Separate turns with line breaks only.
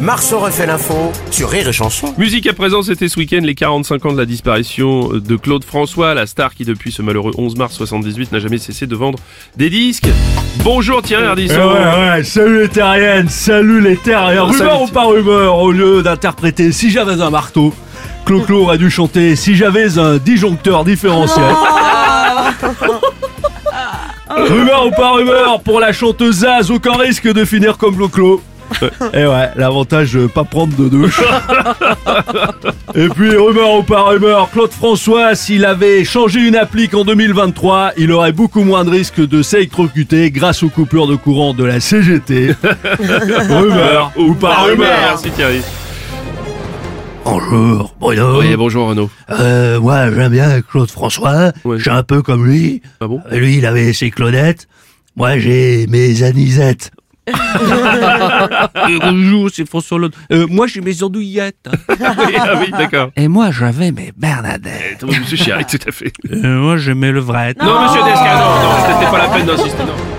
Marceau refait l'info sur Rire et Chanson.
Musique à présent, c'était ce week-end les 45 ans de la disparition euh, de Claude François, la star qui depuis ce malheureux 11 mars 78 n'a jamais cessé de vendre des disques. Bonjour Thierry Ardisson.
Eh Ouais, ouais, salut les terriennes, salut les terriens.
Salut,
Rumeur ou
Thi-
pas rumeur, au lieu d'interpréter Si j'avais un marteau, Clo-Clo aurait dû chanter Si j'avais un disjoncteur différentiel. rumeur ou pas rumeur, pour la chanteuse Zaz, aucun risque de finir comme Clo-Clo. Et Eh ouais, l'avantage de pas prendre de douche. Et puis, rumeur ou pas rumeur, Claude François, s'il avait changé une applique en 2023, il aurait beaucoup moins de risques de s'électrocuter grâce aux coupures de courant de la CGT. rumeur ou pas rumeur.
Merci Thierry.
Bonjour, Bruno.
Oui, bonjour Renaud.
Euh, moi, j'aime bien Claude François.
Ouais.
Je suis un peu comme lui.
Ah bon
Euh, Lui, il avait ses Claudettes. Moi, j'ai mes Anisettes.
Bonjour, c'est François Hollande. Euh, moi, j'ai mes andouillettes.
Oui, ah oui, d'accord.
Et moi, j'avais mes Bernadette.
Monsieur Chiari, tout à fait.
Euh,
Ah.
moi, j'ai mes levrettes.
Non, monsieur Desca, non, non, c'était pas la peine d'insister. non.